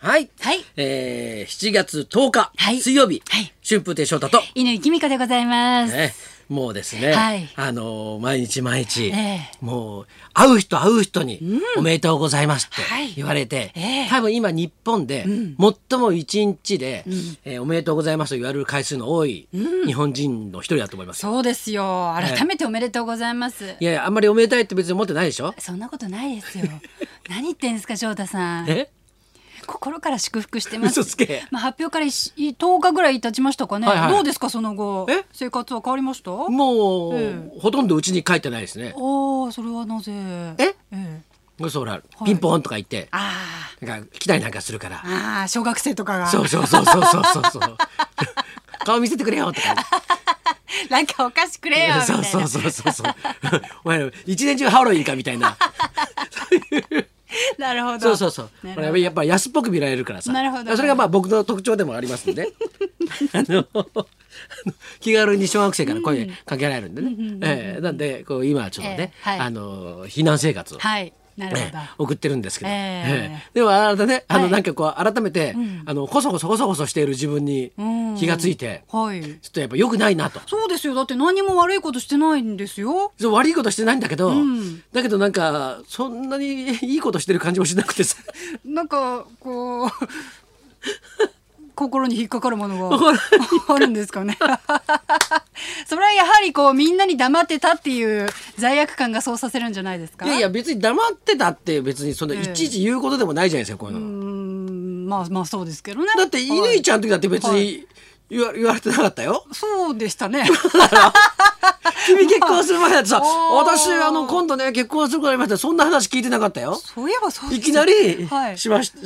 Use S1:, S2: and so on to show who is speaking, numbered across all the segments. S1: はい。
S2: はい
S1: えー、7月10日、
S2: はい
S1: 水曜日、
S2: はい
S1: 春風亭昇太と、
S2: 犬井美子でございます。
S1: ね、もうですね、
S2: はい
S1: あのー毎日毎日、
S2: ええ
S1: もう会う人会う人に、おめでとうございますって
S2: はい
S1: 言われて、
S2: ええ
S1: 多分今日本で、最も一日で、えーおめでとうございますと言われる回数の多い、日本人の一人だと思いますよ。
S2: そうですよ。改めておめでとうございます。
S1: いやいや、あんまりおめでたいって別に思ってないでしょ
S2: そんなことないですよ。 何言ってんですか、翔太さん。
S1: え
S2: 心から祝福してます。
S1: 嘘つけ
S2: まあ、発表から一10日ぐらい経ちましたかね。
S1: はいはい
S2: どうですか、その後
S1: え。
S2: 生活は変わりました。
S1: もう、
S2: え
S1: ほとんどうちに帰ってないですね。
S2: おお、それはなぜ。
S1: え
S2: ええ
S1: そら、ピンポンとか言って、
S2: あ
S1: なんか来たりなんかするから
S2: あ、。ああ、小学生とかが。
S1: そうそうそうそうそうそうそう。顔見せてくれよとか。
S2: なんかお菓子くれよみたい
S1: そう
S2: な。
S1: そうそうそうそう。 お前一年中ハロウィンかみたい な。
S2: なるほど。
S1: そうそうそう。
S2: なるほど
S1: 俺やっぱ安っぽく見られるからさ。
S2: なるほど
S1: それがまあ僕の特徴でもありますん でね。あの。 あの気軽に小学生から声かけられるんでね、ええなんでこう今はちょっとね、
S2: ええはい
S1: あの避難生活を
S2: はい、なるほ
S1: ね
S2: ど。
S1: 送ってるんですけど、
S2: ええ
S1: ええでもあれだねあの
S2: はい
S1: なんかこう改めて、あのこそこそこそこそしている自分に
S2: うん
S1: 気がついて、
S2: はい。
S1: ちょっとやっぱ良くないなと。
S2: そうですよ。だって何も悪いことしてないんですよ。
S1: そう悪いことしてないんだけど、
S2: うん
S1: だけどなんかそんなにいいことしてる感じもしなくてさ
S2: なんかこ う心に引っかかるものが
S1: 心に
S2: あるんですかね。 それはやはりこうみんなに黙ってたっていう罪悪感がそうさせるんじゃないですか。
S1: いやいや別に黙ってたって別にそんな
S2: ええ
S1: いちいち言うことでもないじゃないですかこういうの、
S2: うーんまあまあそうですけどね。
S1: だって
S2: は
S1: 乾
S2: い
S1: ちゃんの時だって別
S2: は
S1: に言わ言われてなかったよ
S2: そうでしたね。
S1: 君結婚する前だってさ、
S2: まあおー
S1: 私あの今度ね結婚することありましたそんな話聞いてなかったよ
S2: そういえばそうで
S1: い
S2: し
S1: き
S2: た
S1: なり
S2: はい。
S1: しました、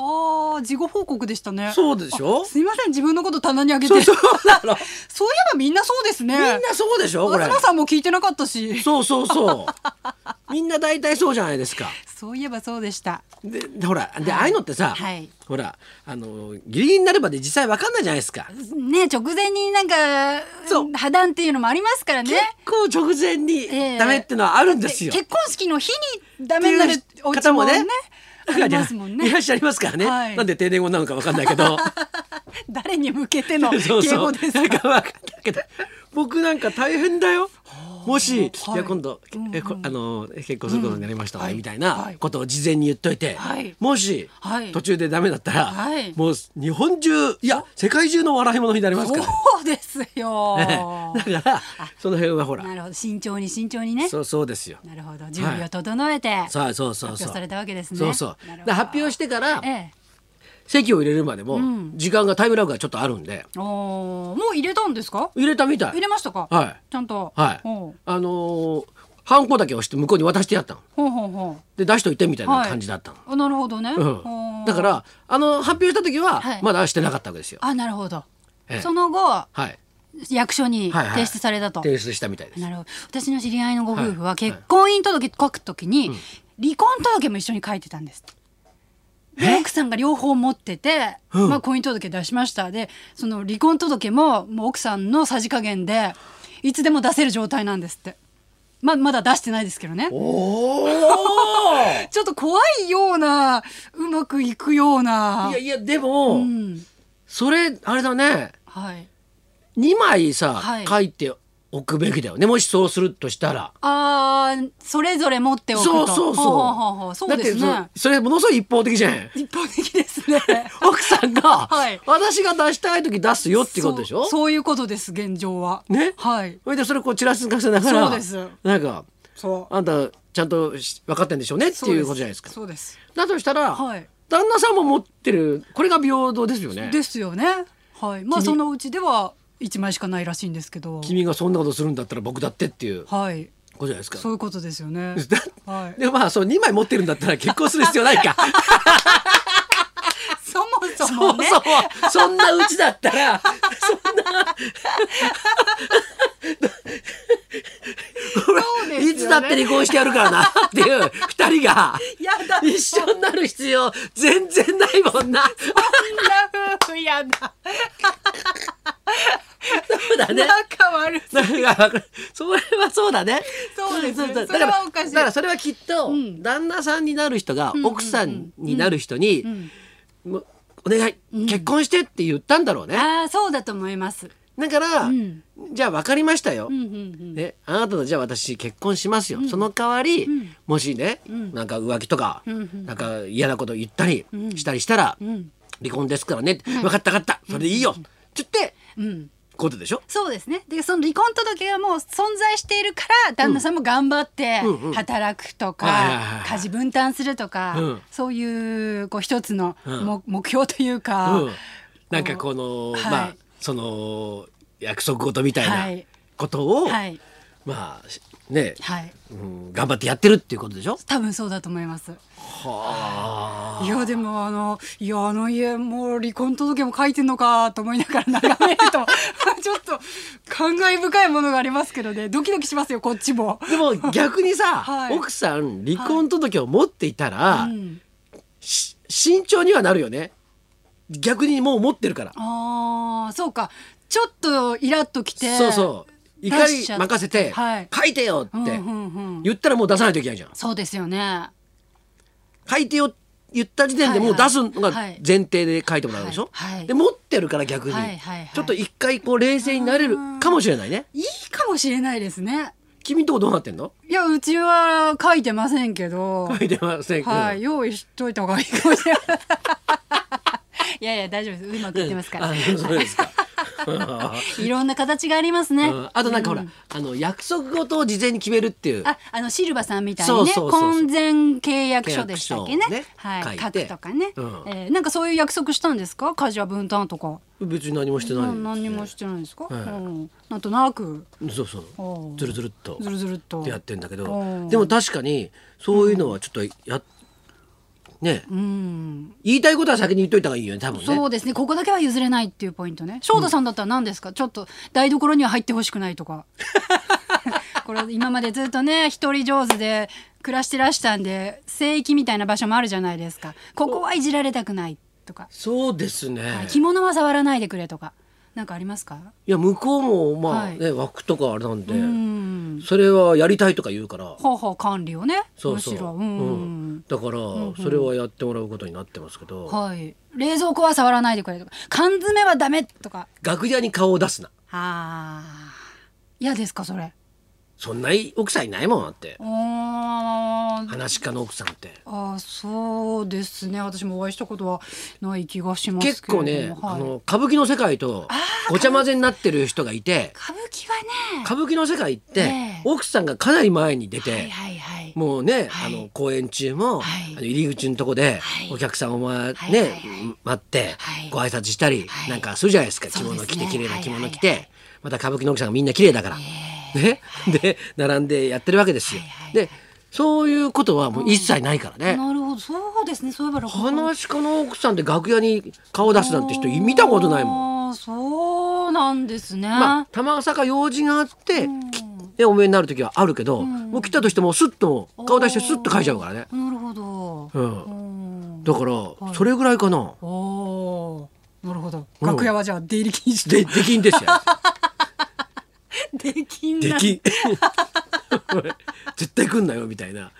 S2: ああ事後報告でしたね。
S1: そうでしょ
S2: すいません自分のこと棚にあげて。
S1: そうそうな の
S2: そういえばみんなそうですね。
S1: みんなそうでしょこれ
S2: 東さんも聞いてなかったし。
S1: そうそうそうみんな大体そうじゃないですか
S2: そういえばそうでした。
S1: ででほらで、ああいうのってさ、
S2: はい
S1: ほらあのギリギリになるまで実際わかんないじゃないですか。
S2: ね直前になんか
S1: そう
S2: 破談っていうのもありますからね
S1: 結構直前に
S2: ええ
S1: ダメってのはあるんです
S2: で
S1: よ。
S2: 結婚式の日にダメになるお家
S1: 方
S2: も
S1: も
S2: ね
S1: ね
S2: ありますもん
S1: いらっ
S2: ね
S1: しゃいますからね。
S2: はい
S1: なんで定年後なのかわかんないけど。
S2: 誰に向けての
S1: そう
S2: 敬
S1: そ
S2: 語
S1: う。
S2: です
S1: なんかわかんないけど、僕なんか大変だよ。もし、
S2: はい
S1: いや今度、
S2: うんうん
S1: えこあの結婚することになりましたわ、
S2: うんはい
S1: みたい
S2: は
S1: ないことを事前に言っといて、
S2: はい
S1: もし、
S2: はい
S1: 途中でダメだったら、
S2: はい
S1: もう日本中いや世界中の笑い物になりますから。
S2: そうですよ、
S1: ええ だからその辺はほら
S2: なるほど慎重に慎重にね
S1: そうそうですよ
S2: なるほど準備を整えて、
S1: そうそうそう
S2: 発
S1: そう
S2: 表されたわけですね
S1: そうそう
S2: なるほど
S1: で発表してから
S2: ええ
S1: 席を入れるまでも
S2: ん
S1: 時間がタイムラグがちょっとあるんで
S2: おーもう入れたんですか
S1: 入れたみた
S2: 入
S1: い
S2: れましたか、
S1: はい
S2: ちゃんと
S1: はい
S2: ほう
S1: あのーハンコだけ押して向こうに渡してやったの
S2: ほうほうほ
S1: で出しといてみたいな
S2: はい
S1: 感じだったの
S2: うあなるほどね、
S1: うん
S2: ほう
S1: だからあの発表した時
S2: は
S1: はいまだしてなかったわけですよ
S2: あなるほど、
S1: ええ
S2: その後
S1: はい
S2: 役所に
S1: はいはい
S2: 提出されたと、
S1: 提出したみたいです
S2: なるほど私の知り合いのご夫婦
S1: は
S2: はい結婚姻届書くときに離婚届も一緒に書いてたんですってで奥さんが両方持ってて、
S1: うん
S2: まあ、婚姻届出しましたでその離婚届ももう奥さんのさじ加減でいつでも出せる状態なんですってまあまだ出してないですけどね
S1: おお
S2: ちょっと怖いようなうまくいくようない
S1: やいやで
S2: う
S1: も
S2: ん
S1: それあれだね
S2: はい、
S1: 2枚さ
S2: はい
S1: 書いておくべきだよねもしそうするとしたら。
S2: あーそれぞれ持っておくと
S1: そうそうそう。
S2: ほうほうほうそうですね
S1: だってそそれものすごい一方的じゃ ん。
S2: 一方的ですね。
S1: 奥さんが、
S2: はい
S1: 私が出したい時出すよっていうことでしょ
S2: そうそういうことです現状は。
S1: ね
S2: はい。
S1: それでそれこうちらつかせながら
S2: そうです
S1: なんか
S2: そう。
S1: あんたちゃんとし分かってんでしょうねっていうことじゃないですか
S2: そうです。
S1: だとしたら、
S2: はい
S1: 旦那さんも持ってるこれが平等ですよね
S2: ですよね。はい。まあ
S1: 君
S2: そのうちでは一枚しかないらしいんですけど。
S1: 君がそんなことするんだったら僕だってっていうこ
S2: はい。
S1: とじゃないですか
S2: そういうことですよね。
S1: だ
S2: は い。
S1: でもまあそう2枚持ってるんだったら結婚する必要ないか
S2: そも そ
S1: そ
S2: も
S1: う
S2: ね。
S1: そうそんなうちだった らそんな
S2: そうですよね
S1: いつだって離婚してやるからなっていう二人 が
S2: やだ。
S1: 一緒になる必要全然ないもんな
S2: そんな夫婦やだ。
S1: そうだ ね
S2: 仲悪い。
S1: だからそれはそうだね
S2: そうですね
S1: んん
S2: それはおかし
S1: だからだ
S2: い
S1: からそれはきっと
S2: ん
S1: 旦那さんになる人が
S2: んうんうん
S1: 奥さんになる人に
S2: ん
S1: もうお願い、結婚してって言ったんだろうね。
S2: ああそうだと思います。
S1: だから、
S2: うん
S1: じゃあ分かりましたよ。
S2: うんうんうん。
S1: ね、あなたとじゃあ私結婚しますよ、その代わり、
S2: ん
S1: もしね、なんか浮気とか、なんか嫌なこと言ったりしたりしたら、
S2: ん
S1: 離婚ですからね、分かった分かったそれでいいよ、って言って
S2: うん。
S1: ことでしょ
S2: そうですね。でその離婚届がもう存在しているから旦那さんも頑張って
S1: うんうん
S2: 働くと
S1: はいはい
S2: か
S1: はい
S2: 家事分担するとか、
S1: うん
S2: そういうこう一つの
S1: うん
S2: も目標というか、
S1: うん、なんかこの、
S2: はい
S1: まあその約束事みた
S2: はい
S1: ないことを、
S2: はい
S1: まあしね、
S2: はい
S1: うん、頑張ってやってるっていうことでしょ
S2: 多分そうだと思います。
S1: はあ
S2: いやでもあのいやあの家もう離婚届も書いてんのかと思いながら眺める とちょっと感慨深いものがありますけどねドキドキしますよこっちも。
S1: でも逆にさ、
S2: はい
S1: 奥さん離婚届を持っていたら、
S2: うん
S1: し慎重にはなるよね逆にもう持ってるから、
S2: ああそうかちょっとイラッときて
S1: そうそう
S2: 出
S1: 怒り
S2: しちゃっ
S1: 任せて、
S2: はい
S1: 書いてよ
S2: う
S1: っ
S2: んう
S1: て
S2: んうん
S1: 言ったらもう出さないといけないじゃん
S2: そうですよね
S1: 書いてよって言った時点でもう出すのが前提で書いてもらうでしょ、
S2: はいはい
S1: で持ってるから逆に、
S2: はいはいはい
S1: ちょっと一回こう冷静になれるかもしれないね
S2: いいかもしれないですね
S1: 君んとこどうなってんの
S2: いやうちは書いてませんけど
S1: 書いてませんけど、
S2: はい用意しといた方がいいかもしれないいやいや大丈夫ですうまくいってますから
S1: あそうですか
S2: いろんな形がありますね
S1: うんあとなんかほら、あの約束事を事前に決めるっていう
S2: あ、あのシルバさんみたいにね、
S1: そうそうそうそう
S2: 婚前契約書でしたっけね。
S1: 契約書をね
S2: はい、
S1: 書
S2: 書
S1: いて
S2: くとかね、
S1: うん
S2: えーなんかそういう約束したんですか、家事は分担とか。
S1: 別に何もしてないです
S2: 何
S1: ね
S2: にもしてないんですか。
S1: はい
S2: うん、なんとなく、
S1: そうそう
S2: おう
S1: ずるずるっと
S2: ずるずるっと
S1: やってんだけど
S2: おう
S1: でも確かにそういうのはちょっとやっね
S2: うん、
S1: 言いたいことは先に言っといた方がいいよね多分
S2: そ
S1: ね
S2: うですね。ここだけは譲れないっていうポイントね。翔太さんだったら何ですか、ちょっと台所には入ってほしくないとか。 これ今までずっとね一人上手で暮らしてらしたんで聖域みたいな場所もあるじゃないですかここはいじられたくないとか
S1: そうです
S2: はい
S1: ね
S2: 着物は触らないでくれとかなんかありますか
S1: いや向こうもまあ
S2: はい
S1: ね枠とかあれなん
S2: う
S1: で
S2: ん
S1: それはやりたいとか言うから
S2: ほうほう管理をね
S1: そうそう
S2: むしろう
S1: うん
S2: ん、
S1: だからそれはやってもらうことになってますけど
S2: はい冷蔵庫は触らないでくれとか缶詰はダメとか
S1: 楽屋に顔を出すな
S2: あー嫌ですかそれ
S1: そんな奥さんいないもんだって
S2: おー
S1: 話し家の奥さんって
S2: あーそうですね私もお会いしたことはない気がしますけれ
S1: 結構ね
S2: ども
S1: あ
S2: はい、
S1: の歌舞伎の世界とごちゃ混ぜになってる人がいて
S2: 歌舞伎はね
S1: 歌舞伎の世界って、
S2: ええ
S1: 奥さんがかなり前に出て、
S2: はいはいはい
S1: もうね、
S2: はい
S1: あの公演中も、
S2: はい
S1: あの入り口のとこで、
S2: はい
S1: お客さんを、まね
S2: はいはいはい
S1: 待って、
S2: はい
S1: ご挨拶したり、
S2: はい
S1: なんかするじゃないですか着
S2: そうです
S1: 物
S2: ね
S1: 着て綺麗な着物着
S2: はいはい
S1: てまた歌舞伎の奥さんがみんな綺麗だから、ね、で並んでやってるわけですよ。
S2: はいはい
S1: でそういうことはもう一切ないからね。
S2: なるほどそうですねそういえば落語
S1: 話し家の奥さんで楽屋に顔出すなんて人見たことないもん。
S2: ん。そうなんですね。
S1: まあ、たまさか用事があって、
S2: うん
S1: でお見えになる時はあるけど、
S2: ん
S1: もう来たとしてもスッともう顔出してスッと書いちゃうからね。
S2: なるほど。
S1: うん
S2: うん
S1: だから、
S2: い
S1: それぐらいかな。
S2: おおー。なるほど。
S1: うん
S2: 楽屋はじゃあ出入り禁止
S1: で、できんです よ。
S2: でできん
S1: で
S2: な。
S1: きん。 絶対来んなよみたいな。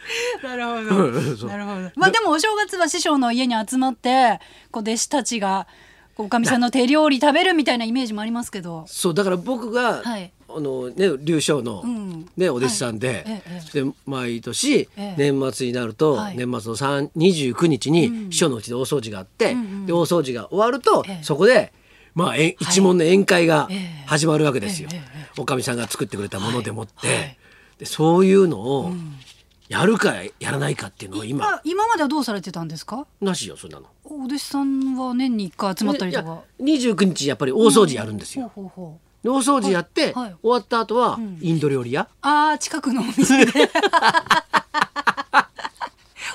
S2: なるほ
S1: うんそ
S2: ど。
S1: う
S2: なるほど。まあでもお正月は師匠の家に集まって、こう弟子たちがこうおかみさんの手料理食べるみたいなイメージもありますけど。
S1: そう、だから僕が、
S2: はい
S1: あのね、龍将の、
S2: うん
S1: ね、お弟子さんで、
S2: ええ
S1: で、毎年、
S2: ええ
S1: 年末になると、
S2: はい
S1: 年末の三、二十九日に、師匠のうちで大掃除があって、
S2: うんうん
S1: で、大掃除が終わると、
S2: ええ
S1: そこで。まあ、えん一門の宴会が
S2: ええ
S1: 始まるわけですよ
S2: えええ。
S1: おかみさんが作ってくれたものでもって、
S2: はいはい
S1: でそういうのをやるかやらないかっていうのを今
S2: あ今まではどうされてたんですか。
S1: なしよそんなの。
S2: お弟子さんは年に一回集まったりとか。
S1: 二十九日やっぱり大掃除やるんです
S2: ほう
S1: よ。
S2: ほうほう。
S1: で大掃除やって、
S2: はいはい
S1: 終わった後はインド料理屋。
S2: ああ近くのお店で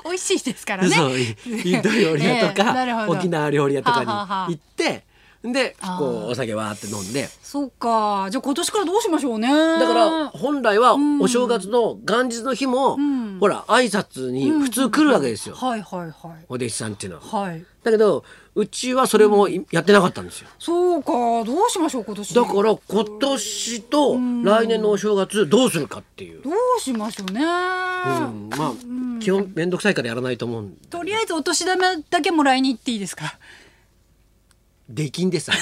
S2: 美味しいですからね
S1: そうインド料理屋と
S2: ええなる
S1: か、
S2: ほど
S1: 沖縄料理屋と
S2: はあはあ
S1: か
S2: はあ
S1: に行って。で
S2: あー
S1: こうお酒わーって飲んで
S2: そうかじゃあ今年からどうしましょうね
S1: だから本来は
S2: ん
S1: お正月の元日の日も、
S2: ん
S1: ほら挨拶に普通来るわけですよ、
S2: はいはいはい
S1: お弟子さんっていうのは。
S2: はい
S1: だけどうちはそれもやってなかったんですよ。
S2: そうかどうしましょう今年
S1: だから今年と来年のお正月どうするかっていう。
S2: どうしましょうね、
S1: うん、まあ基本面倒くさいからやらないと思うんで
S2: とりあえずお年玉だけもらいに行っていいですか
S1: 出禁ですあれ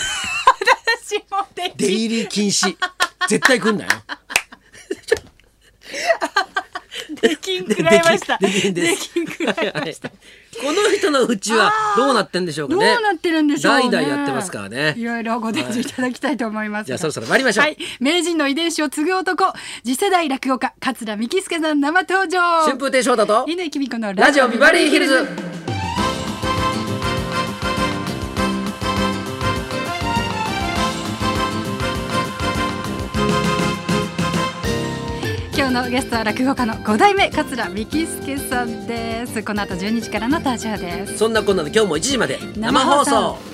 S2: 私もで
S1: 出入り禁止絶対来んなよ
S2: できんくらいました
S1: 出禁で
S2: ですきんくらいました
S1: はいこの人のうちはどうなってんでしょうか
S2: どう
S1: ね
S2: なってるんでしょうね
S1: 代々やってますからね
S2: いろいろご伝授いただきたいと思いますが
S1: じゃあそろそろ参りましょう
S2: はい名人の遺伝子を継ぐ男次世代落語家桂三木助さん生登場
S1: 春風亭昇太と
S2: 犬井美子の
S1: ラジオビバリーヒルズ
S2: 今日のゲストは落語家の五代目桂三木助さんですこの後12時からの登場です
S1: そんなこんなで今日も1時まで生放送